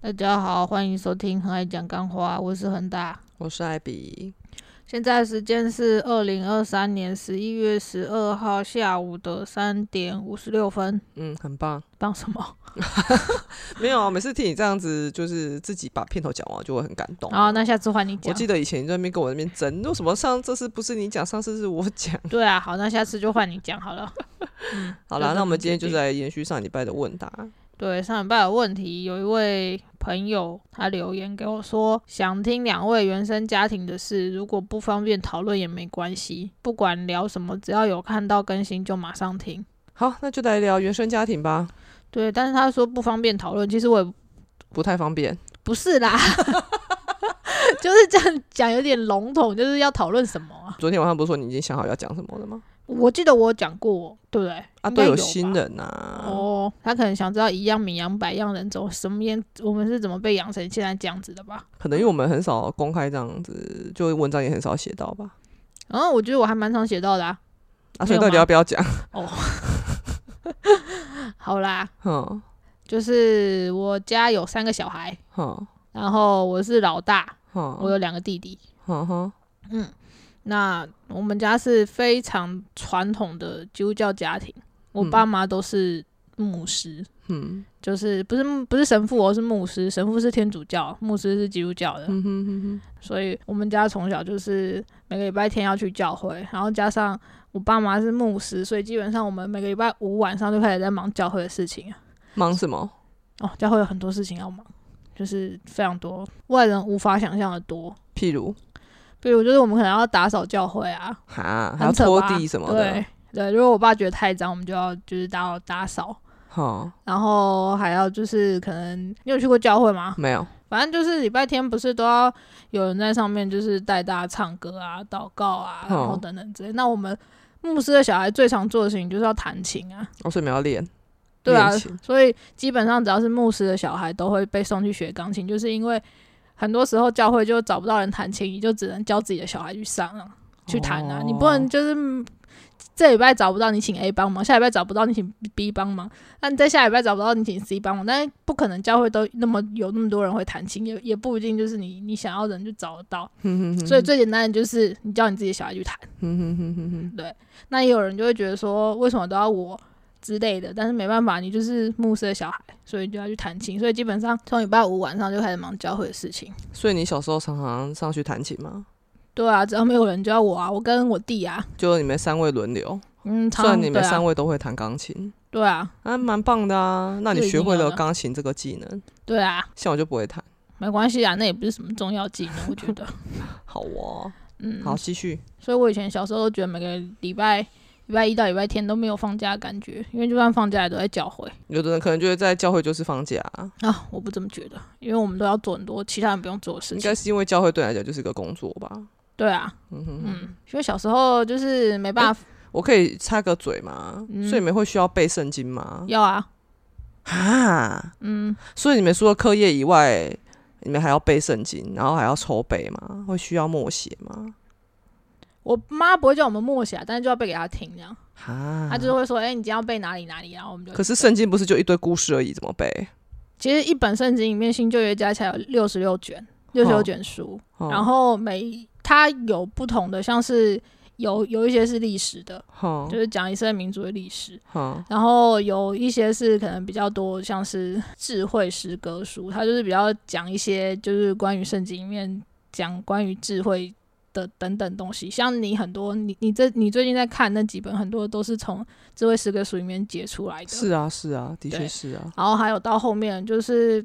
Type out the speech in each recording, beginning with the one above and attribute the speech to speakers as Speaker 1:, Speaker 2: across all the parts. Speaker 1: 大家好，欢迎收听《很爱讲干话》，我是恒大。
Speaker 2: 我是艾比。
Speaker 1: 现在时间是二零二三年十一月十二号下午的三点五十六分。
Speaker 2: 嗯，很棒。
Speaker 1: 帮什么？
Speaker 2: 没有啊，每次听你这样子，就是自己把片头讲完，我就会很感动。
Speaker 1: 好，那下次换你
Speaker 2: 我
Speaker 1: 哦讲。
Speaker 2: 记得以前你在那边跟我那边争，为什么上这次不是你讲，上次是我讲？
Speaker 1: 对啊，好，那下次就换你讲好了。嗯，
Speaker 2: 好
Speaker 1: 就
Speaker 2: 啦，
Speaker 1: 这
Speaker 2: 那我
Speaker 1: 么
Speaker 2: 们今天
Speaker 1: 决
Speaker 2: 就是
Speaker 1: 定
Speaker 2: 来延续上礼拜的问答。
Speaker 1: 对上礼拜有问题，有一位朋友他留言给我说，想听两位原生家庭的事，如果不方便讨论也没关系，不管聊什么，只要有看到更新就马上听。
Speaker 2: 好，那就来聊原生家庭吧，
Speaker 1: 对，但是他说不方便讨论，其实我也
Speaker 2: 不太方便。
Speaker 1: 不是啦， 就是这样讲有点笼统，就是要讨论什么啊？
Speaker 2: 昨天晚上不是说你已经想好要讲什么了吗？
Speaker 1: 我记得我有讲过，对不对？
Speaker 2: 啊，
Speaker 1: 应该
Speaker 2: 对，有
Speaker 1: 吧
Speaker 2: 新人啊。
Speaker 1: 哦，他可能想知道一样米养百样人种，什么样我们是怎么被养成现在这样子的吧？
Speaker 2: 可能因为我们很少公开这样子，就文章也很少写到吧。
Speaker 1: 然哦后我觉得我还蛮常写到的啊。
Speaker 2: 啊，
Speaker 1: 没
Speaker 2: 所以
Speaker 1: 有
Speaker 2: 到底
Speaker 1: 吗
Speaker 2: 要不要讲？
Speaker 1: 好啦，
Speaker 2: 哼
Speaker 1: 就是我家有三个小孩，
Speaker 2: 哼
Speaker 1: 然后我是老大，我
Speaker 2: 哼
Speaker 1: 有两个弟弟。
Speaker 2: 哼哼，
Speaker 1: 那我们家是非常传统的基督教家庭，我
Speaker 2: 嗯
Speaker 1: 爸妈都是牧师，
Speaker 2: 嗯
Speaker 1: 就是不是不是神父哦，我是牧师，神父是天主教，牧师是基督教的。
Speaker 2: 嗯哼哼哼，
Speaker 1: 所以我们家从小就是每个礼拜天要去教会，然后加上我爸妈是牧师，所以基本上我们每个礼拜五晚上就开始在忙教会的事情啊。
Speaker 2: 忙什么？
Speaker 1: 哦，教会有很多事情要忙，就是非常多，外人无法想象的多。
Speaker 2: 譬如
Speaker 1: 比如就是我们可能要打扫教会啊，
Speaker 2: 哈，还
Speaker 1: 很
Speaker 2: 要
Speaker 1: 扯
Speaker 2: 拖
Speaker 1: 吧
Speaker 2: 地什么的
Speaker 1: 对。对，如果我爸觉得太脏，我们就要就是打打扫，
Speaker 2: 哈，
Speaker 1: 然后还要就是可能你有去过教会吗？
Speaker 2: 没有。
Speaker 1: 反正就是礼拜天不是都要有人在上面就是带大家唱歌啊、祷告啊，然后
Speaker 2: 哦
Speaker 1: 等等之类。那我们牧师的小孩最常做的事情就是要弹琴啊，
Speaker 2: 哦，所以没有练。
Speaker 1: 对啊
Speaker 2: 练琴，
Speaker 1: 所以基本上只要是牧师的小孩都会被送去学钢琴，就是因为很多时候教会就找不到人弹琴，你就只能教自己的小孩去上啊、去弹
Speaker 2: 哦
Speaker 1: 啊，你不能就是。嗯这礼拜找不到你请 A 帮忙，下礼拜找不到你请 B 帮忙，那你在下礼拜找不到你请 C 帮忙，但是不可能教会都那么有那么多人会弹琴，也也不一定就是你你想要的人就找得到，
Speaker 2: 哼哼
Speaker 1: 所以最简单的就是你叫你自己的小孩去弹。
Speaker 2: 哼哼哼哼哼，
Speaker 1: 那也有人就会觉得说，为什么都要我之类的？但是没办法，你就是牧师的小孩，所以就要去弹琴。所以基本上从礼拜五晚上就开始忙教会的事情。
Speaker 2: 所以你小时候常常上去弹琴吗？
Speaker 1: 对啊，只要没有人教我啊，我跟我弟啊，
Speaker 2: 就你们三位轮流，
Speaker 1: 嗯，
Speaker 2: 虽然你们
Speaker 1: 对啊
Speaker 2: 三位都会弹钢琴，
Speaker 1: 对啊，
Speaker 2: 啊，蛮棒的啊。那
Speaker 1: 这
Speaker 2: 你
Speaker 1: 已
Speaker 2: 学
Speaker 1: 经
Speaker 2: 会
Speaker 1: 有
Speaker 2: 了
Speaker 1: 了
Speaker 2: 钢琴这个技能，
Speaker 1: 对啊，
Speaker 2: 像我就不会弹。
Speaker 1: 没关系啊，那也不是什么重要技能，我觉得，
Speaker 2: 好哦，
Speaker 1: 嗯，
Speaker 2: 好，继续。
Speaker 1: 所以我以前小时候都觉得每个礼拜礼拜一到礼拜天都没有放假的感觉，因为就算放假也都在教会
Speaker 2: 有的人可能就会在教会就是放假、
Speaker 1: 啊，我不这么觉得，因为我们都要做很多其他人不用做的事
Speaker 2: 应
Speaker 1: 情
Speaker 2: 该。是因为教会对你来讲就是个工作吧。
Speaker 1: 对啊，
Speaker 2: 嗯哼，
Speaker 1: 嗯，因为小时候就是没办法
Speaker 2: 我可以插个嘴吗？
Speaker 1: 嗯
Speaker 2: 所以你们会需要背圣经吗？
Speaker 1: 要啊，
Speaker 2: 啊，
Speaker 1: 嗯，
Speaker 2: 所以你们除了课业以外，你们还要背圣经，然后还要抽背吗？会需要默写吗？
Speaker 1: 我妈不会叫我们默写啊，但是就要背给她听，这样，
Speaker 2: 啊，
Speaker 1: 她就是会说，哎、你今天要背哪里哪里，然后我们就
Speaker 2: 可，是圣经不是就一堆故事而已，怎么背？
Speaker 1: 其实一本圣经里面新旧约加起来有六十六卷，六十六卷书，
Speaker 2: 哦
Speaker 1: 然后每它有不同的，像是有有一些是历史的，
Speaker 2: 哈
Speaker 1: 就是讲以色列民族的历史。
Speaker 2: 哈，
Speaker 1: 然后有一些是可能比较多，像是智慧诗歌书，它就是比较讲一些就是关于圣经里面讲关于智慧的等等东西。像你很多，你你这你最近在看那几本，很多都是从智慧诗歌书里面解出来的。
Speaker 2: 是啊是啊，的
Speaker 1: 对
Speaker 2: 确是啊。
Speaker 1: 然后还有到后面就是，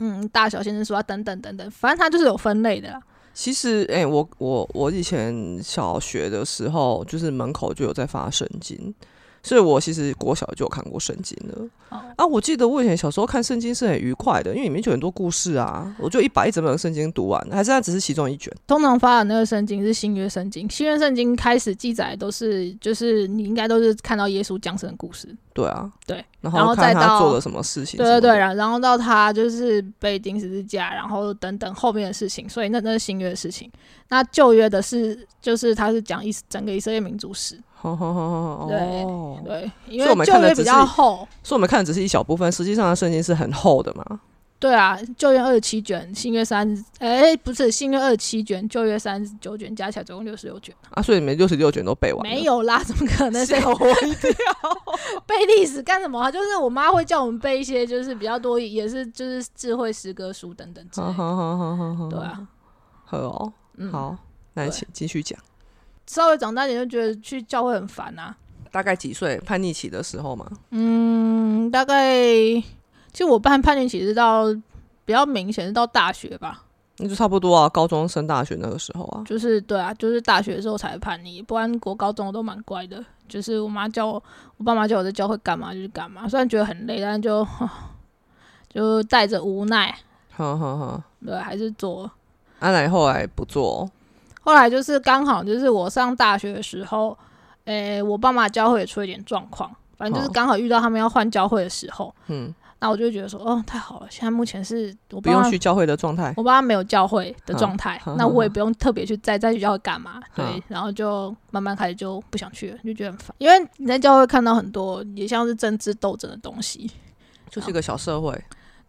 Speaker 1: 嗯，大小先生书啊等等等等，反正它就是有分类的啦。
Speaker 2: 其实，哎、我我我以前小学的时候，就是门口就有在发圣经，所以我其实国小就有看过圣经了。
Speaker 1: 哦，
Speaker 2: 啊，我记得我以前小时候看圣经是很愉快的，因为里面就有很多故事啊，我就一把一整本圣经读完，还是它只是其中一卷。
Speaker 1: 通常发的那个圣经是新约圣经，新约圣经开始记载都是就是你应该都是看到耶稣降生的故事。
Speaker 2: 对啊，
Speaker 1: 对，然
Speaker 2: 然
Speaker 1: 后
Speaker 2: 后看
Speaker 1: 再到
Speaker 2: 他做了什么事情什
Speaker 1: 对对
Speaker 2: 么的。
Speaker 1: 对，然后然后到他就是被钉十字架，然后等等后面的事情，所以那那是新约的事情。那旧约的是就是他是讲以整个以色列民族史，
Speaker 2: 好好好好好，
Speaker 1: 对
Speaker 2: 哦，
Speaker 1: 对，因
Speaker 2: 所以
Speaker 1: 为
Speaker 2: 我们
Speaker 1: 旧
Speaker 2: 看的
Speaker 1: 约
Speaker 2: 只
Speaker 1: 比
Speaker 2: 是
Speaker 1: 较厚，
Speaker 2: 所以我们看的只是一小部分，实际上的圣经是很厚的嘛。
Speaker 1: 对啊，旧约二十七卷，新约三十，哎，不是新约二十七卷，旧约三十九卷，加起来总共六十六卷。
Speaker 2: 啊，所以你们六十六卷都背完了？哦
Speaker 1: 没有啦，怎么可能？谁
Speaker 2: 吓我一跳！
Speaker 1: 背历史干什么啊？就是我妈会叫我们背一些，就是比较多，也是就是智慧诗歌书等等之类
Speaker 2: 好
Speaker 1: 的。
Speaker 2: 好好好好好，
Speaker 1: 对，啊，
Speaker 2: 好哦，
Speaker 1: 嗯，
Speaker 2: 嗯好，那
Speaker 1: 对
Speaker 2: 请继续讲。
Speaker 1: 稍微长大一点就觉得去教会很烦啊。
Speaker 2: 大概几岁叛逆期的时候嘛？
Speaker 1: 嗯，大概其实我叛叛逆期是到比较明显是到大学吧，
Speaker 2: 那就差不多啊，高中升大学那个时候啊。
Speaker 1: 就是对啊，就是大学的时候才叛逆，不然国高中我都蛮乖的。就是我妈叫我，我爸妈叫我在教会干嘛就去干嘛，虽然觉得很累，但就 就带着无奈，
Speaker 2: 好好好，
Speaker 1: 对，还是做。
Speaker 2: 安来后来不做哦
Speaker 1: 后来就是刚好就是我上大学的时候，诶、我爸妈教会也出了一点状况，反正就是
Speaker 2: 哦
Speaker 1: 刚好遇到他们要换教会的时候，
Speaker 2: 哦，嗯，
Speaker 1: 那我就会觉得说，哦，太好了，现在目前是我
Speaker 2: 不
Speaker 1: 爸
Speaker 2: 用
Speaker 1: 妈
Speaker 2: 去教会的状态。
Speaker 1: 我爸妈没有教会的状态
Speaker 2: 好，
Speaker 1: 那我也不用特别去再再去教会干嘛，
Speaker 2: 好
Speaker 1: 对，然后就慢慢开始就不想去了，就觉得很烦，因为你在教会看到很多也像是政治斗争的东西，
Speaker 2: 就是一个小社会，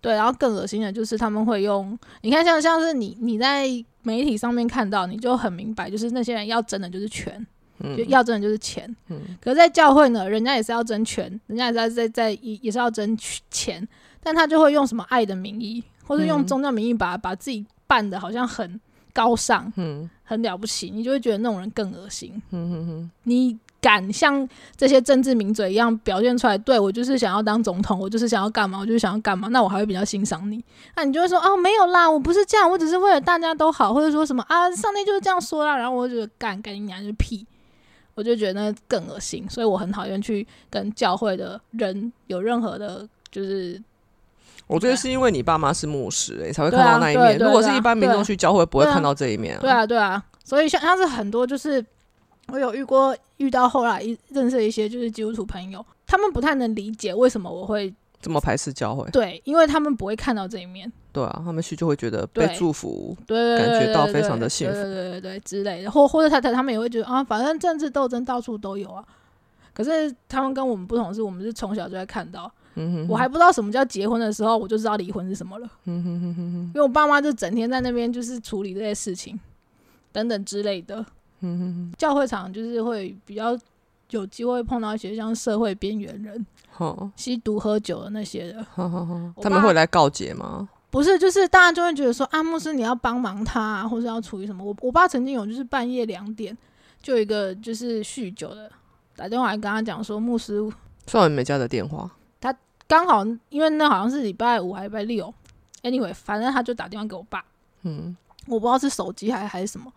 Speaker 1: 对，然后更恶心的就是他们会用，你看像像是你你在媒体上面看到，你就很明白，就是那些人要争的就是权，
Speaker 2: 嗯
Speaker 1: 就，要争的就是钱，
Speaker 2: 嗯
Speaker 1: 可是在教会呢，人家也是要争权，人家也是要在在也也是要争取钱，但他就会用什么爱的名义，或者用
Speaker 2: 嗯
Speaker 1: 宗教名义把把自己办的好像很高尚、
Speaker 2: 嗯
Speaker 1: 很了不起，你就会觉得那种人更恶心。
Speaker 2: 嗯嗯嗯，
Speaker 1: 你敢像这些政治名嘴一样表现出来，对我就是想要当总统，我就是想要干嘛，我就是想要干嘛，那我还会比较欣赏你。那你就会说哦，没有啦，我不是这样，我只是为了大家都好，或者说什么啊，上帝就是这样说啦。然后我就觉得干干你娘就是屁，我就觉得那更恶心，所以我很讨厌去跟教会的人有任何的，就是
Speaker 2: 我觉得是因为你爸妈是牧师、欸，才会
Speaker 1: 对
Speaker 2: 看
Speaker 1: 啊
Speaker 2: 到那一
Speaker 1: 对
Speaker 2: 面。
Speaker 1: 对
Speaker 2: 如果
Speaker 1: 对
Speaker 2: 是
Speaker 1: 啊
Speaker 2: 一般民
Speaker 1: 对
Speaker 2: 众
Speaker 1: 啊
Speaker 2: 去教会，不会
Speaker 1: 对啊
Speaker 2: 看到这一面啊。
Speaker 1: 对啊，对啊，所以像像是很多就是我有遇过遇到后来一认识一些就是基督徒朋友，他们不太能理解为什么我会
Speaker 2: 这么排斥教会？
Speaker 1: 对，因为他们不会看到这一面，
Speaker 2: 对啊，他们去就会觉得被
Speaker 1: 对
Speaker 2: 祝福。
Speaker 1: 对对对
Speaker 2: 感觉
Speaker 1: 对
Speaker 2: 到
Speaker 1: 对
Speaker 2: 非
Speaker 1: 对
Speaker 2: 常的幸
Speaker 1: 对对对对对之类的，或或者他他他们也会觉得啊，反正政治斗争到处都有啊。可是他们跟我们不同，是我们是从小就在看到。
Speaker 2: 嗯哼，
Speaker 1: 我还不知道什么叫结婚的时候，我就知道离婚是什么了。
Speaker 2: 嗯哼哼哼哼
Speaker 1: 因为我爸妈就整天在那边就是处理这些事情，等等之类的。
Speaker 2: 嗯哼哼，
Speaker 1: 教会场就是会比较有机会碰到一些像社会边缘人、
Speaker 2: 好，
Speaker 1: 吸毒、喝酒的那些的，
Speaker 2: 好好好，
Speaker 1: 我
Speaker 2: 他们
Speaker 1: 爸
Speaker 2: 会来告解吗？
Speaker 1: 不是，就是大家就会觉得说，啊，牧师你要帮忙他、啊，或是要处理什么。我我爸曾经有就是半夜两点，就有一个就是酗酒的打电话来跟他讲说，牧师
Speaker 2: 算我们家的电话。
Speaker 1: 刚好因为那好像是礼拜五还是礼拜六，anyway，反正他就打电话给我爸，
Speaker 2: 嗯
Speaker 1: 我不知道是手机还还是什么。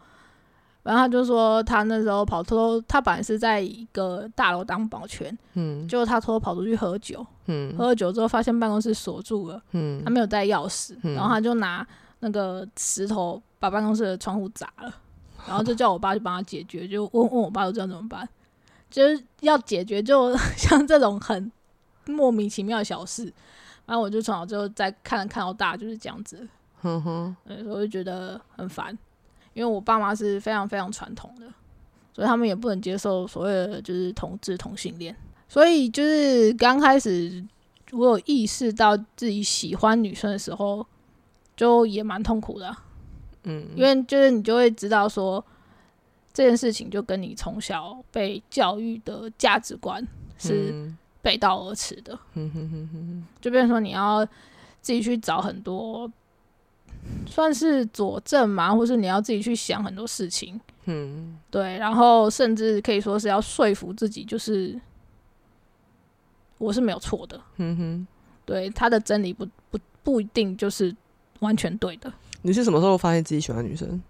Speaker 1: 然后他就说，他那时候跑偷，他本来是在一个大楼当保全，
Speaker 2: 嗯
Speaker 1: 结果他偷偷跑出去喝酒，喝
Speaker 2: 嗯
Speaker 1: 了酒之后发现办公室锁住了，
Speaker 2: 嗯
Speaker 1: 他没有带钥匙，
Speaker 2: 嗯
Speaker 1: 然后他就拿那个石头把办公室的窗户砸了，然后就叫我爸去帮他解决，就问问我爸我知道怎么办， 就是要解决就 像这种很莫名其妙的小事，然后我就从小就在看看到大就是这样子，
Speaker 2: 哼嗯哼，
Speaker 1: 所以我就觉得很烦，因为我爸妈是非常非常传统的，所以他们也不能接受所谓的就是同志同性恋，所以就是刚开始我有意识到自己喜欢女生的时候，就也蛮痛苦的啊、
Speaker 2: 嗯，
Speaker 1: 因为就是你就会知道说这件事情就跟你从小被教育的价值观是
Speaker 2: 嗯
Speaker 1: 背道而驰的，
Speaker 2: 哼哼哼哼
Speaker 1: 就变成说你要自己去找很多，算是佐证嘛，或是你要自己去想很多事情，
Speaker 2: 嗯，
Speaker 1: 对，然后甚至可以说是要说服自己，就是我是没有错的，
Speaker 2: 嗯哼，
Speaker 1: 对，他的真理不不不一定就是完全对的。
Speaker 2: 你是什么时候发现自己喜欢女生？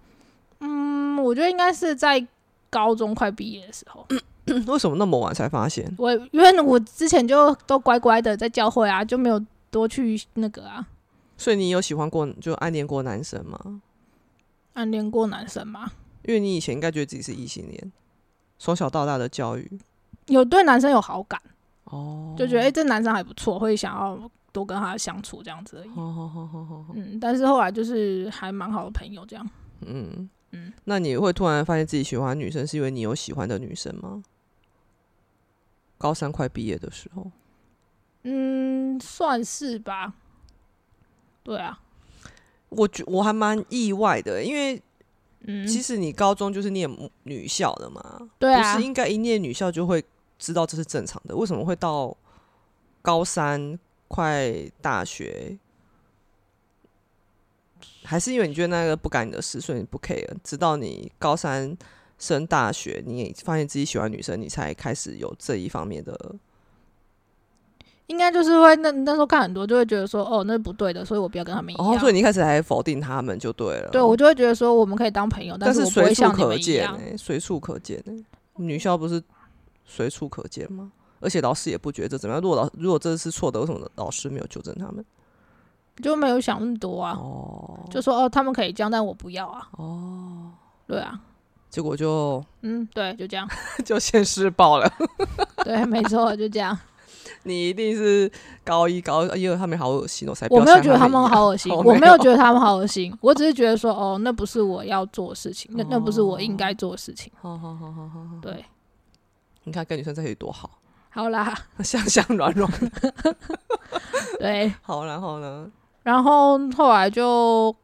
Speaker 1: 嗯，我觉得应该是在高中快毕业的时候，
Speaker 2: 为什么那么晚才发现？
Speaker 1: 我因为我之前就都乖乖的在教会啊，就没有多去那个啊
Speaker 2: 所以你有喜欢过，就暗恋过男生吗？
Speaker 1: 暗恋过男生嘛，
Speaker 2: 因为你以前应该觉得自己是异性恋，从小到大的教育
Speaker 1: 有对男生有好感。
Speaker 2: 哦，
Speaker 1: 就觉得哎、诶这男生还不错，会想要多跟他相处这样子而已。
Speaker 2: 好好好好好好，
Speaker 1: 嗯，但是后来就是还蛮好的朋友这样。
Speaker 2: 嗯嗯
Speaker 1: 嗯，
Speaker 2: 那你会突然发现自己喜欢女生，是因为你有喜欢的女生吗？高三快毕业的时候，
Speaker 1: 嗯，算是吧。对啊，
Speaker 2: 我觉我还蛮意外的，因为
Speaker 1: 嗯，
Speaker 2: 其实你高中就是念母女校的嘛，
Speaker 1: 对啊
Speaker 2: 不是应该一念女校就会知道这是正常的，为什么会到高三快大学？还是因为你觉得那个不干你的事，所以你不 care，直到你高三升大学，你也发现自己喜欢女生，你才开始有这一方面的。
Speaker 1: 应该就是会那那时候看很多，就会觉得说哦，那是不对的，所以我不要跟他们一样。
Speaker 2: 哦，所以你一开始还否定他们就对了。
Speaker 1: 对我就会觉得说我们可以当朋友，
Speaker 2: 但
Speaker 1: 是我不
Speaker 2: 随
Speaker 1: 会
Speaker 2: 处
Speaker 1: 像你
Speaker 2: 可
Speaker 1: 们一
Speaker 2: 见
Speaker 1: 样。
Speaker 2: 欸，随处可见欸女校不是随处可见吗？而且老师也不觉得这怎么样。如果老如果这是错的，为什么老师没有纠正他们？
Speaker 1: 就没有想那么多啊，
Speaker 2: 哦
Speaker 1: 就说哦，他们可以这样，但我不要啊。
Speaker 2: 哦，
Speaker 1: 对啊，
Speaker 2: 结果就
Speaker 1: 嗯，对，就这样，
Speaker 2: 就现世报了。
Speaker 1: 对，没错，就这样。
Speaker 2: 你一定是高一高二，因为他们好恶心哦，才不
Speaker 1: 我
Speaker 2: 要
Speaker 1: 没有
Speaker 2: 像
Speaker 1: 觉得他
Speaker 2: 他
Speaker 1: 们
Speaker 2: 一样
Speaker 1: 好恶心，
Speaker 2: 哦
Speaker 1: 我
Speaker 2: 没
Speaker 1: 没有
Speaker 2: 有
Speaker 1: 觉得他们好恶心，我只是觉得说哦，那不是我要做的事情，那那不是我应
Speaker 2: 哦
Speaker 1: 该做的事情。
Speaker 2: 好好好好好好，
Speaker 1: 对，
Speaker 2: 你看跟女生在一起多好，
Speaker 1: 好啦，
Speaker 2: 香香软软。
Speaker 1: 对，
Speaker 2: 好，然后呢？
Speaker 1: 然后后来就，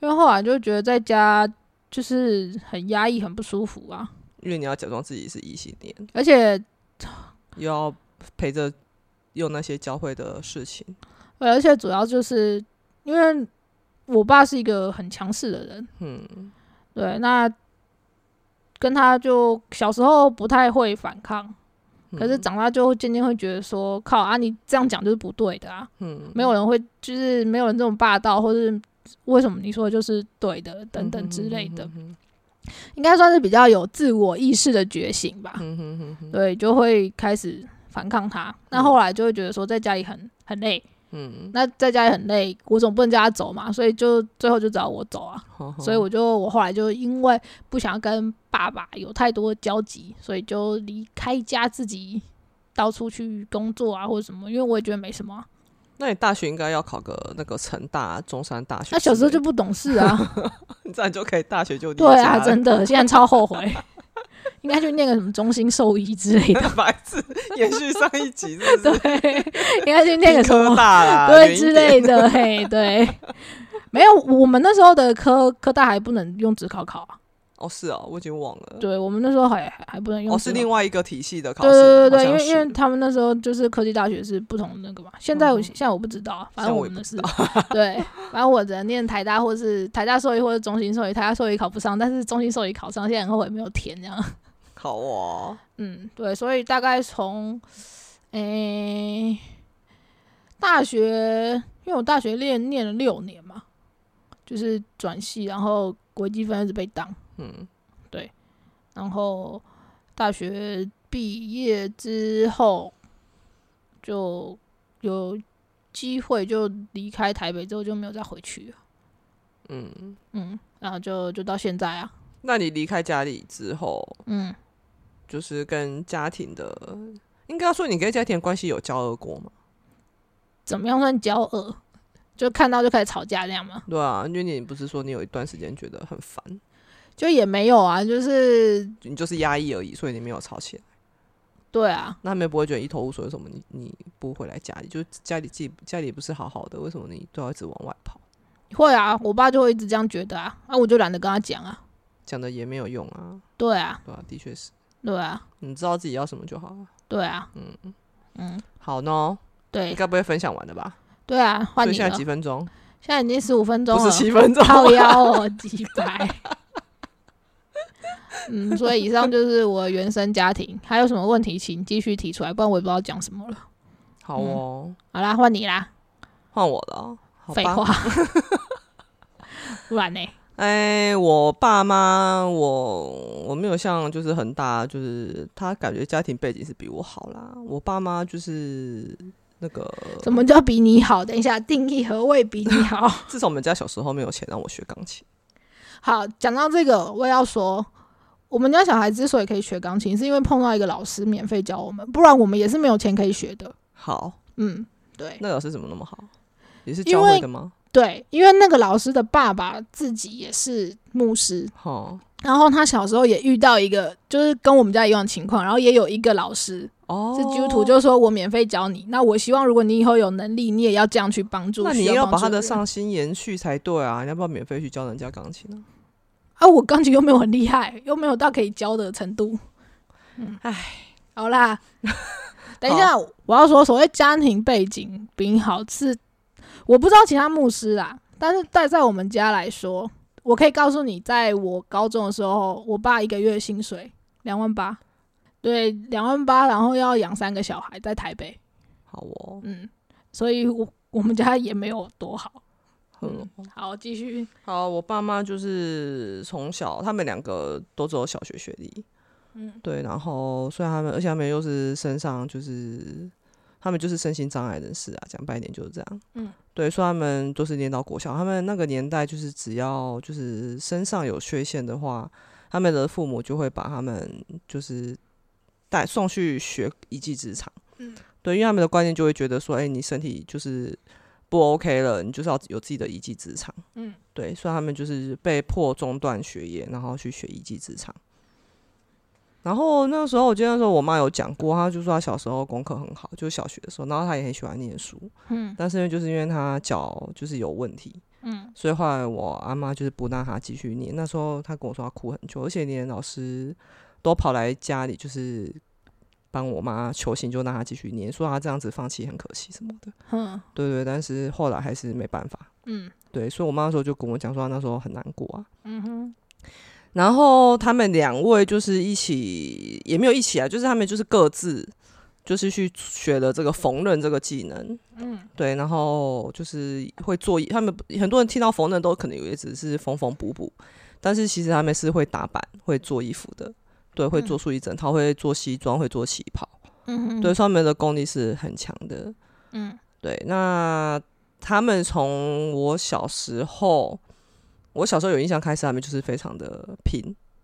Speaker 1: 因为后来就觉得在家就是很压抑，很不舒服啊，
Speaker 2: 因为你要假装自己是异性恋，
Speaker 1: 而且
Speaker 2: 又要陪着用那些教会的事情。
Speaker 1: 对而且主要就是因为我爸是一个很强势的人，
Speaker 2: 嗯，
Speaker 1: 对，那跟他就小时候不太会反抗，可是
Speaker 2: 嗯
Speaker 1: 长大就会渐渐会觉得说，靠啊，你这样讲就是不对的啊，
Speaker 2: 嗯
Speaker 1: 没有人会就是没有人这种霸道，或是为什么你说的就是对的等等之类的，
Speaker 2: 嗯
Speaker 1: 应该算是比较有自我意识的觉醒吧。
Speaker 2: 哼哼哼哼
Speaker 1: 对，就会开始反抗他。那后来就会觉得说，在家里很很累，
Speaker 2: 嗯，
Speaker 1: 那在家里很累，我总不能叫他走嘛，所以就最后就找我走啊。
Speaker 2: 好好
Speaker 1: 所以我就我后来就因为不想跟爸爸有太多交集，所以就离开家自己到处去工作啊或者什么，因为我也觉得没什么啊。
Speaker 2: 那你大学应该要考个那个成大、中山大学之类的，
Speaker 1: 那小时候就不懂事啊，
Speaker 2: 你这样就可以大学就离
Speaker 1: 对
Speaker 2: 家
Speaker 1: 啊，
Speaker 2: 了
Speaker 1: 真的，现在超后悔， 应该去念个什么中心兽医之类的，
Speaker 2: 白痴，延续上一集是不
Speaker 1: 对
Speaker 2: 是？，
Speaker 1: 应该去念个什
Speaker 2: 科
Speaker 1: 么
Speaker 2: 大啦，
Speaker 1: 对
Speaker 2: 远一
Speaker 1: 之
Speaker 2: 啊点
Speaker 1: 类的，嘿，对。没有，我们那时候的科科大还不能用职考考啊，
Speaker 2: 哦，是哦，我已经忘了，
Speaker 1: 对我们那时候还还还不能用
Speaker 2: 哦，
Speaker 1: 职
Speaker 2: 是
Speaker 1: 考考
Speaker 2: 另外一个体系的考
Speaker 1: 对
Speaker 2: 试，啊
Speaker 1: 对对对，
Speaker 2: 好
Speaker 1: 因
Speaker 2: 像
Speaker 1: 为因为
Speaker 2: 是
Speaker 1: 他们那时候就是科技大学是不同的那个嘛，现在我、
Speaker 2: 嗯
Speaker 1: 现在我不知道啊，反
Speaker 2: 像
Speaker 1: 正
Speaker 2: 我
Speaker 1: 我
Speaker 2: 也
Speaker 1: 们的是对，反正我只能念台大或是台大兽医或者中心兽医，台大兽医考不上，但是中心兽医考上，现在很后悔没有填这样。
Speaker 2: 好哦，
Speaker 1: 嗯，对，所以大概从诶、大学，因为我大学念念了六年嘛，就是转系，然后微积分一直被当，
Speaker 2: 嗯，
Speaker 1: 然后大学毕业之后就有机会就离开台北之后就没有再回去了
Speaker 2: 嗯，
Speaker 1: 嗯，然后就就到现在啊，
Speaker 2: 那你离开家里之后，
Speaker 1: 嗯，
Speaker 2: 就是跟家庭的，应该要说你跟家庭的关系有交恶过吗？
Speaker 1: 怎么样算骄恶？就看到就开始吵架这样吗？
Speaker 2: 对啊，因为你不是说你有一段时间觉得很烦，
Speaker 1: 就也没有啊，就是
Speaker 2: 你就是压抑而已，所以你没有吵起来。
Speaker 1: 对啊，
Speaker 2: 那他们也不会觉得一头雾水，为什么你你不回来家里？就是家里自己家里不是好好的，为什么你都要一直往外跑？
Speaker 1: 会啊，我爸就会一直这样觉得啊，那、我就懒得跟他讲啊，
Speaker 2: 讲的也没有用啊，
Speaker 1: 对啊，
Speaker 2: 对吧、的确是，
Speaker 1: 对啊，
Speaker 2: 你知道自己要什么就好了。
Speaker 1: 对啊，
Speaker 2: 嗯，
Speaker 1: 嗯，
Speaker 2: 好呢，你
Speaker 1: 对
Speaker 2: 该不会分享完了吧？
Speaker 1: 对啊，
Speaker 2: 所
Speaker 1: 换
Speaker 2: 以
Speaker 1: 你
Speaker 2: 现
Speaker 1: 了，
Speaker 2: 在几
Speaker 1: 现
Speaker 2: 分钟？
Speaker 1: 在已经十五分钟
Speaker 2: 不
Speaker 1: 了，
Speaker 2: 是七分钟。
Speaker 1: 靠腰哦，几百。嗯，所以以上就是我原生家庭，还有什么问题请继续提出来，不然我也不知道讲什么了。
Speaker 2: 好哦，
Speaker 1: 好啦，换你啦，
Speaker 2: 换我了哦，好
Speaker 1: 废
Speaker 2: 吧
Speaker 1: 话。。 不然呢？
Speaker 2: 哎，我爸妈，我我没有像就是恒大，就是他感觉家庭背景是比我好啦。我爸妈就是那个
Speaker 1: 什么叫比你好？等一下，定义何谓比你好？
Speaker 2: 至少我们家小时候没有钱让我学钢琴。
Speaker 1: 好，讲到这个，我也要说，我们家小孩之所以可以学钢琴，是因为碰到一个老师免费教我们，不然我们也是没有钱可以学的。
Speaker 2: 好，
Speaker 1: 嗯，对
Speaker 2: 那个老师怎么那么好？也是
Speaker 1: 因
Speaker 2: 教会
Speaker 1: 为
Speaker 2: 的吗？
Speaker 1: 对，因为那个老师的爸爸自己也是牧师，
Speaker 2: 好，
Speaker 1: 然后他小时候也遇到一个，就是跟我们家一样的情况，然后也有一个老师，
Speaker 2: 哦，
Speaker 1: 是基督徒，就是说我免费教你。那我希望如果你以后有能力，你也要这样去帮助。
Speaker 2: 那你
Speaker 1: 需
Speaker 2: 要
Speaker 1: 帮
Speaker 2: 把
Speaker 1: 助
Speaker 2: 他的
Speaker 1: 人
Speaker 2: 上心延续才对啊！你要不要免费去教人家钢琴呢、
Speaker 1: 啊，我钢琴又没有很厉害，又没有到可以教的程度。嗯，
Speaker 2: 唉，
Speaker 1: 好 啦，等一下，我要说所谓家庭背景比你好是，我不知道其他牧师啦，但是在在我们家来说，我可以告诉你，在我高中的时候，我爸一个月薪水两万八，对，两万八，然后要养三个小孩在台北，
Speaker 2: 好哦，
Speaker 1: 嗯，所以我我们家也没有多好。
Speaker 2: 嗯
Speaker 1: 嗯，好，继续。
Speaker 2: 好，我爸妈就是从小，他们两个都只有小学学历，
Speaker 1: 嗯，
Speaker 2: 对，然后虽然他们，而且他们又是身上就是他们就是身心障碍人士啊，讲白一点就是这样，
Speaker 1: 嗯，
Speaker 2: 对，所以他们都是念到国小，他们那个年代就是只要就是身上有缺陷的话，他们的父母就会把他们就是带送去学一技之长，
Speaker 1: 嗯，
Speaker 2: 对，因为他们的观念就会觉得说，哎、你身体就是不 OK 了，你就是要有自己的一技之长。
Speaker 1: 嗯，
Speaker 2: 对，所以他们就是被迫中断学业，然后去学一技之长。然后那时候，我记得那时候我妈有讲过，她就说她小时候功课很好，就是小学的时候，然后她也很喜欢念书，
Speaker 1: 嗯
Speaker 2: 但是因为就是因为她脚就是有问题，
Speaker 1: 嗯
Speaker 2: 所以后来我阿妈就是不让她继续念。那时候她跟我说她哭很久，而且连老师都跑来家里就是帮我妈求情，就让她继续念，说她这样子放弃很可惜什么的。
Speaker 1: 嗯
Speaker 2: 对对，但是后来还是没办法。
Speaker 1: 嗯
Speaker 2: 对，所以我妈那时候就跟我讲说，她那时候很难过啊。
Speaker 1: 嗯哼
Speaker 2: 然后他们两位就是一起，也没有一起啊，就是他们就是各自就是去学了这个缝纫这个技能，
Speaker 1: 嗯。
Speaker 2: 对，然后就是会做，他们很多人听到缝纫都可能以为只是缝缝补补，但是其实他们是会打板、会做衣服的，对，会做出一整套，会做西装，会做旗袍，
Speaker 1: 嗯，
Speaker 2: 对，，所以他们的功力是很强的，
Speaker 1: 嗯
Speaker 2: 对，那他们从我小时候，我小时候有印象开始，他们就是非常的拼。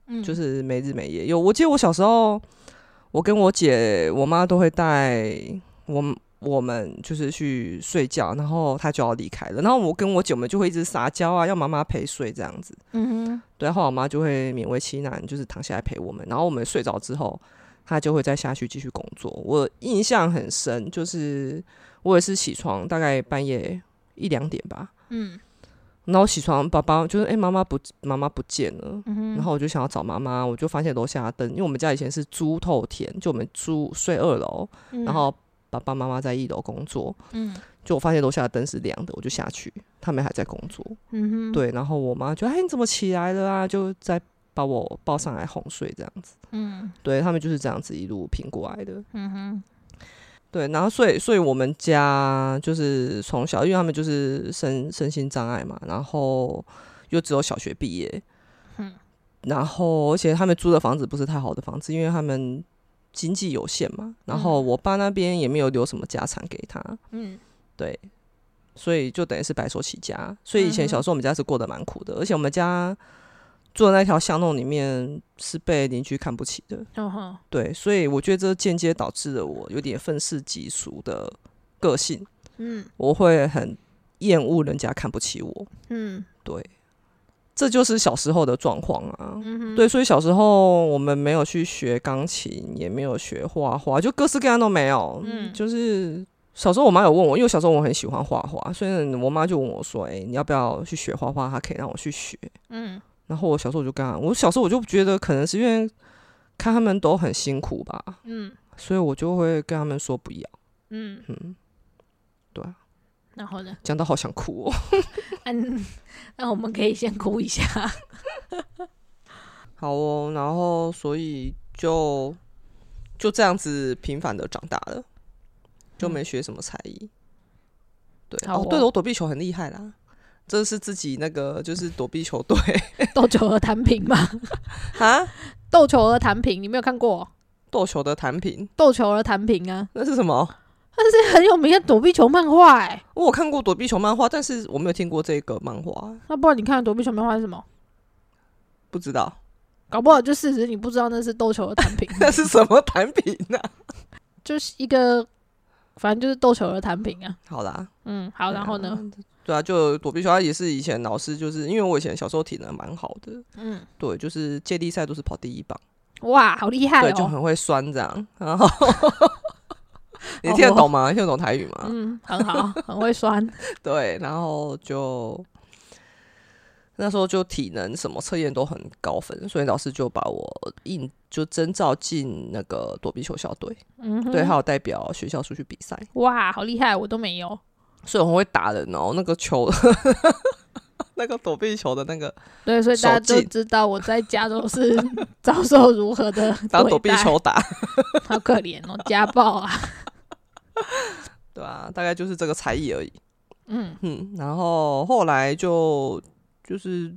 Speaker 1: 嗯，
Speaker 2: 就是没日没夜。有，我记得我小时候，我跟我姐、我妈都会带我们我们就是去睡觉，然后她就要离开了，然后我跟我姐我们就会一直撒娇啊，要妈妈陪睡这样子。
Speaker 1: 嗯哼，
Speaker 2: 对，后来我妈就会勉为其难，就是躺下来陪我们，然后我们睡着之后。她就会再下去继续工作。我印象很深，就是我也是起床大概半夜一两点吧，
Speaker 1: 嗯
Speaker 2: 然后起床，爸爸就是哎，妈、妈不妈妈不见了，
Speaker 1: 嗯哼，
Speaker 2: 然后我就想要找妈妈，我就发现楼下的灯，因为我们家以前是租透天，就我们租睡二楼，
Speaker 1: 嗯，
Speaker 2: 然后爸爸妈妈在一楼工作，
Speaker 1: 嗯
Speaker 2: 就我发现楼下的灯是亮的，我就下去，他们还在工作，
Speaker 1: 嗯哼，，
Speaker 2: 对，然后我妈就哎你怎么起来了啊？就在把我抱上来哄睡这样子，
Speaker 1: 嗯
Speaker 2: 对他们就是这样子一路拼过来的，
Speaker 1: 嗯哼，
Speaker 2: 对，然后所以所以我们家就是从小，因为他们就是身身心障碍嘛，然后又只有小学毕业，
Speaker 1: 嗯
Speaker 2: 然后而且他们租的房子不是太好的房子，因为他们经济有限嘛，然后我爸那边也没有留什么家产给他，
Speaker 1: 嗯
Speaker 2: 对，所以就等于是白手起家。所以以
Speaker 1: 嗯
Speaker 2: 前
Speaker 1: 哼
Speaker 2: 小时候我们家是过得蛮苦的，而且我们家住的那条巷弄里面是被邻居看不起的，
Speaker 1: 然后，
Speaker 2: 对，所以我觉得这间接导致了我有点愤世嫉俗的个性，
Speaker 1: 嗯
Speaker 2: 我会很厌恶人家看不起我，
Speaker 1: 嗯
Speaker 2: 对，这就是小时候的状况啊。
Speaker 1: 嗯哼，
Speaker 2: 对，所以小时候我们没有去学钢琴，也没有学画画，就各式各样都没有。
Speaker 1: 嗯
Speaker 2: 就是小时候我妈有问我，因为小时候我很喜欢画画，所以我妈就问我说：“哎、你要不要去学画画？她可以让我去学。
Speaker 1: 嗯”
Speaker 2: 然后我小时候我就跟她，我小时候我就觉得可能是因为看他们都很辛苦吧，
Speaker 1: 嗯
Speaker 2: 所以我就会跟他们说不要。
Speaker 1: 嗯，
Speaker 2: 嗯，对啊，
Speaker 1: 然后呢？
Speaker 2: 讲到好想哭哦。
Speaker 1: 嗯，那我们可以先哭一下。
Speaker 2: 好哦，然后所以就就这样子平凡的长大了，
Speaker 1: 嗯
Speaker 2: 就没学什么才艺。对，
Speaker 1: 好
Speaker 2: 哦，对
Speaker 1: 哦
Speaker 2: 了，我躲避球很厉害啦，这是自己那个就是躲避 球队
Speaker 1: 斗球和弹平嘛，
Speaker 2: 啊，
Speaker 1: 斗球和弹平，你没有看过
Speaker 2: 斗球的弹屏，
Speaker 1: 斗球和弹平啊？
Speaker 2: 那是什么？
Speaker 1: 这很有名的躲避球漫画哎、
Speaker 2: 我有看过躲避球漫画，但是我没有听过这个漫画，
Speaker 1: 那不然你看躲避球漫画是什么？
Speaker 2: 不 知道
Speaker 1: 搞不好就事实你不知道那是斗球和弹 平，
Speaker 2: 那是什么弹屏啊呢、
Speaker 1: 就是一个，反正就是斗球和弹平啊。
Speaker 2: 好啦，
Speaker 1: 嗯，好，然后呢？
Speaker 2: 对啊，就躲避球，它也是以前老师就是因为我以前小时候体能蛮好的，
Speaker 1: 嗯，
Speaker 2: 对，就是接力赛都是跑第一棒。
Speaker 1: 哇，好厉害
Speaker 2: 对，就
Speaker 1: 哦！
Speaker 2: 很会酸这样。然后你听得懂吗？听得懂台语吗？
Speaker 1: 哦嗯，很好，很会 酸。
Speaker 2: 对，然后就那时候就体能什么测验都很高分，所以老师就把我应就征召进那个躲避球校队，
Speaker 1: 嗯哼，
Speaker 2: 对，还有代表学校出去比赛，
Speaker 1: 哇，好厉害，我都没有。
Speaker 2: 所以我很会打人哦，那个球。 那个躲避球的那个
Speaker 1: 对，所以大家
Speaker 2: 手
Speaker 1: 都
Speaker 2: 劲
Speaker 1: 知道我在家都是遭受如何 的
Speaker 2: 当
Speaker 1: 对
Speaker 2: 躲避
Speaker 1: 待，
Speaker 2: 球打，
Speaker 1: 好可怜哦， 家暴啊。
Speaker 2: 对啊，大概就是这个才艺而已。
Speaker 1: 嗯，
Speaker 2: 嗯，然后后来就就是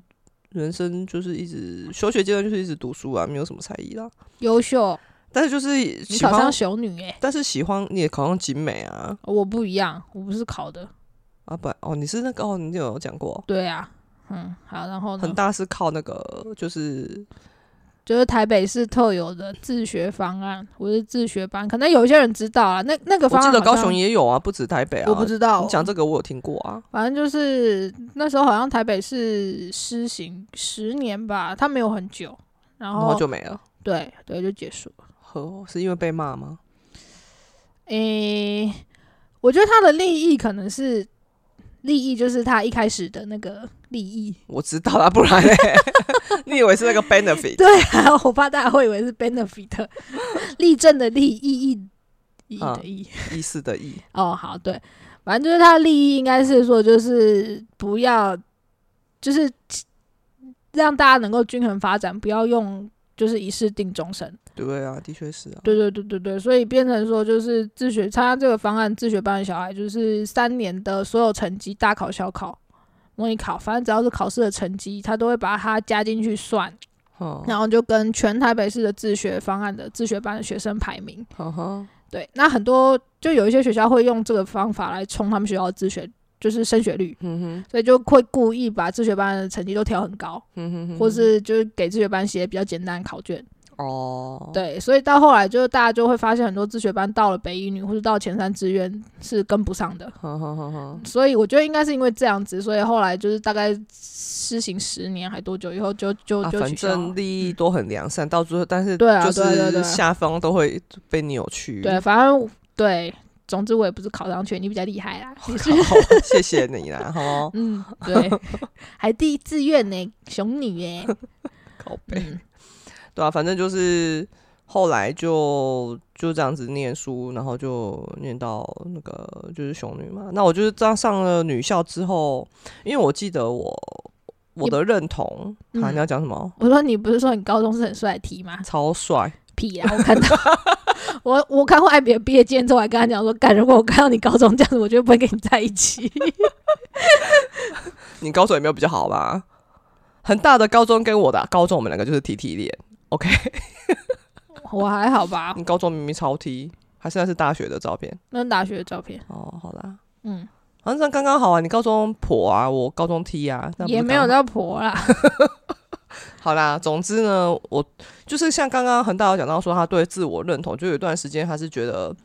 Speaker 2: 人生就是一直休学阶段就是一直读书啊，没有什么才艺啦。
Speaker 1: 优秀，
Speaker 2: 但是就是
Speaker 1: 你
Speaker 2: 喜
Speaker 1: 考上
Speaker 2: 欢，
Speaker 1: 雄女哎、
Speaker 2: 但是喜欢你也考上景美啊
Speaker 1: 我不一样，我不是考的。
Speaker 2: 啊不哦，你是那个哦，你有讲过，
Speaker 1: 对啊，嗯，好，然后
Speaker 2: 很
Speaker 1: 呢，
Speaker 2: 大是靠那个就是
Speaker 1: 就是台北市特有的自学方案，我是自学班，可能有些人知道啊。那那个
Speaker 2: 我
Speaker 1: 方案
Speaker 2: 记得
Speaker 1: 好像
Speaker 2: 高雄也有啊，不止台北啊，
Speaker 1: 我不知道
Speaker 2: 你，讲这个我有听过啊，
Speaker 1: 反正就是那时候好像台北市施行十年吧，它没有很久，然
Speaker 2: 然
Speaker 1: 后
Speaker 2: 后就没了。
Speaker 1: 对对就结束了。
Speaker 2: 呵，是因为被骂吗？
Speaker 1: 诶、我觉得他的利益可能是利益，就是他一开始的那个利益。
Speaker 2: 我知道啦，不然嘞， 你以为是那个 benefit？
Speaker 1: 对啊，我怕大家会以为是 benefit，利 正的利，意义意义
Speaker 2: 嗯
Speaker 1: 的意。
Speaker 2: 意思的意，
Speaker 1: 哦，好，对，反正就是他的利益应该是说，就是不要，就是让大家能够均衡发展，不要用就是一试定终身。
Speaker 2: 对啊，的确是啊。
Speaker 1: 对对对对对，所以变成说就是自学参加这个方案自学班的小孩，就是三年的所有成绩大考、小考、模拟考，反正只要是考试的成绩，他都会把它加进去算，
Speaker 2: 哦，
Speaker 1: 然后就跟全台北市的自学方案的自学班的学生排名。
Speaker 2: 嗯呵呵，
Speaker 1: 对，那很多就有一些学校会用这个方法来冲他们学校的自学，就是升学率，
Speaker 2: 嗯哼，
Speaker 1: 所以就会故意把自学班的成绩都调很高，
Speaker 2: 嗯哼哼，
Speaker 1: 或是就是给自学班写比较简单的考卷。
Speaker 2: 哦，
Speaker 1: 对，所以到后来就是大家就会发现，很多自学班到了北一女或者到前三志愿是跟不上的。
Speaker 2: 呵呵呵呵，
Speaker 1: 所以我觉得应该是因为这样子，所以后来就是大概施行十年还多久以后就就
Speaker 2: 啊，
Speaker 1: 就
Speaker 2: 反
Speaker 1: 取消
Speaker 2: 正
Speaker 1: 了。
Speaker 2: 利益都很良善，到最后，但是
Speaker 1: 对啊
Speaker 2: 就
Speaker 1: 对对对
Speaker 2: 是下方都会被扭曲。
Speaker 1: 对，啊反正对，总之我也不是考上去，你比较厉害 啦。你是
Speaker 2: 好，谢谢你啦，哈，
Speaker 1: 嗯， 对，还第一志愿呢，熊女耶。
Speaker 2: 靠背，
Speaker 1: 嗯，
Speaker 2: 对啊，反正就是后来就就这样子念书，然后就念到那个就是雄女嘛。那我就是这样上了女校之后，因为我记得我我的认同，
Speaker 1: 嗯
Speaker 2: 啊，你要讲什么？
Speaker 1: 我说你不是说你高中是很帅的题吗？
Speaker 2: 超帅，
Speaker 1: 屁啊！我看 到我我看过艾比的毕业纪念之后，我还跟他讲说，干，如果我看到你高中这样子，我绝对不会跟你在一起。
Speaker 2: 你高中有没有比较好吧？很大的高中跟我的啊高中，我们两个就是 T T 脸。OK，
Speaker 1: 我还好吧，
Speaker 2: 你高中明明超 T，还现在是大学的照片。
Speaker 1: 那是大学的照片，
Speaker 2: 哦，好啦，
Speaker 1: 嗯，
Speaker 2: 好像这样刚刚好啊。你高中婆啊，我高中 T 啊，那不是
Speaker 1: 也没
Speaker 2: 刚
Speaker 1: 有
Speaker 2: 好
Speaker 1: 到婆啦。
Speaker 2: 好啦，总之呢，我就是像刚刚恒大有讲到说，他对自我认同，就有一段时间他是觉得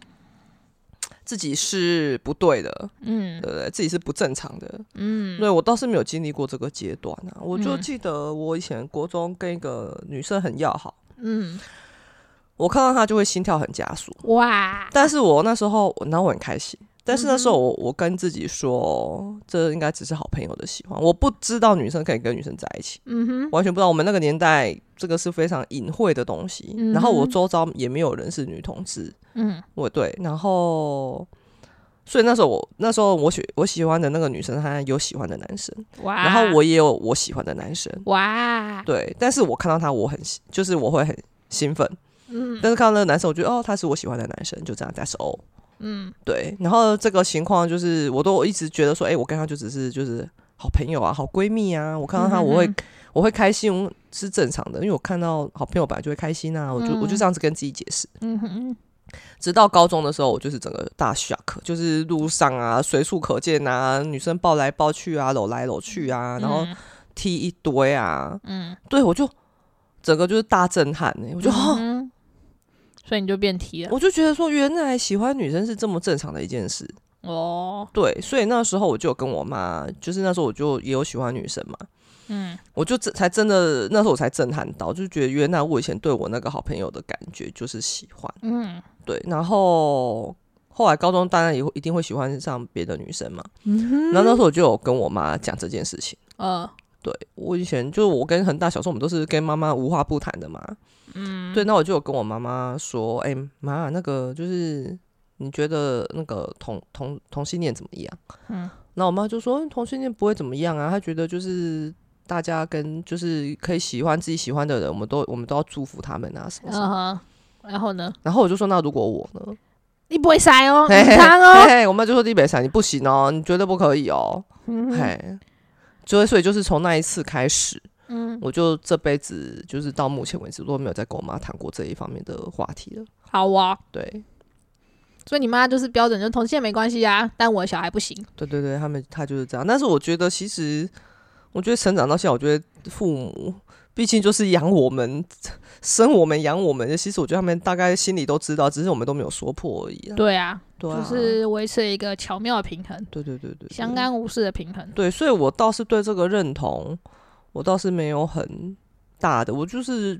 Speaker 2: 自己是不对的，
Speaker 1: 嗯
Speaker 2: 对不对？自己是不正常的。
Speaker 1: 嗯
Speaker 2: 对我倒是没有经历过这个阶段啊，我就
Speaker 1: 嗯
Speaker 2: 记得我以前国中跟一个女生很要好，
Speaker 1: 嗯，
Speaker 2: 我看到她就会心跳很加速，
Speaker 1: 哇，
Speaker 2: 但是我那时候，然后我很开心。但是那时候
Speaker 1: 嗯
Speaker 2: 我，我跟自己说，这应该只是好朋友的喜欢。我不知道女生可以跟女生在一起，
Speaker 1: 嗯哼，
Speaker 2: 完全不知道我们那个年代这个是非常隐晦的东西。
Speaker 1: 嗯哼
Speaker 2: 然后我周遭也没有人是女同志，
Speaker 1: 嗯
Speaker 2: 我对，然后所以那时候我那时候我喜我喜欢的那个女生，她有喜欢的男生，
Speaker 1: 哇，
Speaker 2: 然后我也有我喜欢的男生，
Speaker 1: 哇，
Speaker 2: 对，但是我看到他我很喜就是我会很兴奋，
Speaker 1: 嗯
Speaker 2: 但是看到那个男生，我觉得哦他是我喜欢的男生，就这样 that's all。
Speaker 1: 嗯
Speaker 2: 对，然后这个情况就是，我都一直觉得说，哎、我跟她就只是就是好朋友啊，好闺蜜啊，我看到她
Speaker 1: 嗯哼
Speaker 2: 我会、
Speaker 1: 哼
Speaker 2: 我会开心是正常的，因为我看到好朋友本来就会开心啊，我就、我
Speaker 1: 嗯
Speaker 2: 就这样子跟自己解释。
Speaker 1: 嗯哼，
Speaker 2: 直到高中的时候，我就是整个大 shock，就是路上啊，随处可见啊，女生抱来抱去啊，搂来搂去啊，然后踢一堆啊，
Speaker 1: 嗯，
Speaker 2: 对我就整个就是大震撼呢、我
Speaker 1: 我
Speaker 2: 就、哦
Speaker 1: 嗯所以你就变题了
Speaker 2: 我就觉得说，原来喜欢女生是这么正常的一件事。
Speaker 1: 哦，
Speaker 2: 对，所以那时候我就有跟我妈，就是那时候我就也有喜欢女生嘛，
Speaker 1: 嗯，
Speaker 2: 我就真才真的那时候我才震撼到，就觉得原来我以前对我那个好朋友的感觉就是喜欢，
Speaker 1: 嗯
Speaker 2: 对，然后后来高中当然也会一定会喜欢上别的女生嘛，
Speaker 1: 嗯，
Speaker 2: 然后那时候我就有跟我妈讲这件事情。
Speaker 1: 呃，
Speaker 2: 对我以前就是我跟恒大小时候我们都是跟妈妈无话不谈的嘛，
Speaker 1: 嗯，
Speaker 2: 对，那我就有跟我妈妈说，哎、妈，那个就是你觉得那个同同同性恋怎么样？
Speaker 1: 嗯，
Speaker 2: 那我妈就说嗯同性恋不会怎么样啊，她觉得就是大家跟就是可以喜欢自己喜欢的人，我们都我们都要祝福他们啊什么什么。
Speaker 1: 嗯哼，然后呢？
Speaker 2: 然后我就说，那如果我呢？
Speaker 1: 你不会塞哦，
Speaker 2: 嘿
Speaker 1: 你看
Speaker 2: 嘿
Speaker 1: 哦，
Speaker 2: 嘿，我妈就说你别想，你不行哦，你绝对不可以哦。
Speaker 1: 嗯哼
Speaker 2: 嘿，所以所以就是从那一次开始，
Speaker 1: 嗯，
Speaker 2: 我就这辈子就是到目前为止都没有再跟我妈谈过这一方面的话题了。
Speaker 1: 好啊。
Speaker 2: 对，
Speaker 1: 所以你妈就是标准，就同性恋没关系啊，但我的小孩不行。
Speaker 2: 对对对，他们他就是这样。但是我觉得，其实我觉得成长到现在，我觉得父母毕竟就是养我们、生我们、养我们。其实我觉得他们大概心里都知道，只是我们都没有说破而已、啊。
Speaker 1: 对啊，
Speaker 2: 对啊，
Speaker 1: 就是维持一个巧妙的平衡，
Speaker 2: 对对对对，对
Speaker 1: 相安无事的平衡。
Speaker 2: 对，所以我倒是对这个认同，我倒是没有很大的，我就是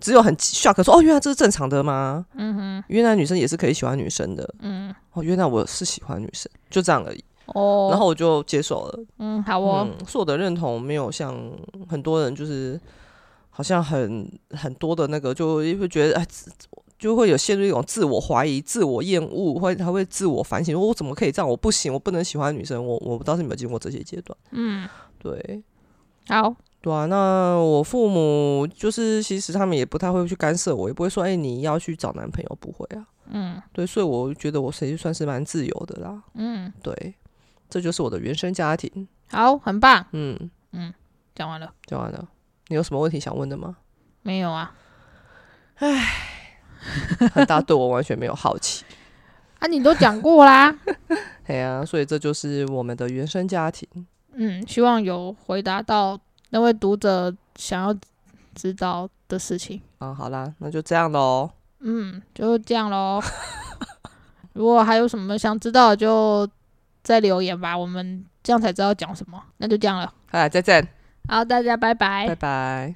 Speaker 2: 只有很 shock 说哦，原来这是正常的吗？
Speaker 1: 嗯哼，
Speaker 2: 原来女生也是可以喜欢女生的。
Speaker 1: 嗯，
Speaker 2: 哦，原来我是喜欢女生，就这样而已。
Speaker 1: 哦，
Speaker 2: 然后我就接受了，
Speaker 1: 嗯，好哦，
Speaker 2: 嗯，是我的认同没有像很多人就是好像很很多的那个，就会觉得哎，自就会有陷入一种自我怀疑、自我厌恶，会他会自我反省，我怎么可以这样？我不行，我不能喜欢女生。我我倒是没有经过这些阶段，
Speaker 1: 嗯，
Speaker 2: 对。
Speaker 1: 好，
Speaker 2: 对啊，那我父母就是其实他们也不太会去干涉我，也不会说哎、你要去找男朋友，不会啊。
Speaker 1: 嗯
Speaker 2: 对，所以我觉得我其实算是蛮自由的啦。
Speaker 1: 嗯，
Speaker 2: 对，这就是我的原生家庭。
Speaker 1: 好，很棒，
Speaker 2: 嗯，
Speaker 1: 讲完了
Speaker 2: 讲完了。啊你有什么问题想问的吗？
Speaker 1: 没有啊？
Speaker 2: 很大对我完全没有好奇。
Speaker 1: 啊，你都讲过啦，
Speaker 2: 哎呀、所以这就是我们的原生家庭。
Speaker 1: 嗯，希望有回答到那位读者想要知道的事情。
Speaker 2: 啊，好啦，那就这样喽。
Speaker 1: 嗯，就这样喽。 如果还有什么想知道的，就再留言吧，我们这样才知道讲什么。那就这样了。
Speaker 2: 哎，再见，
Speaker 1: 好，大家拜拜
Speaker 2: 拜拜。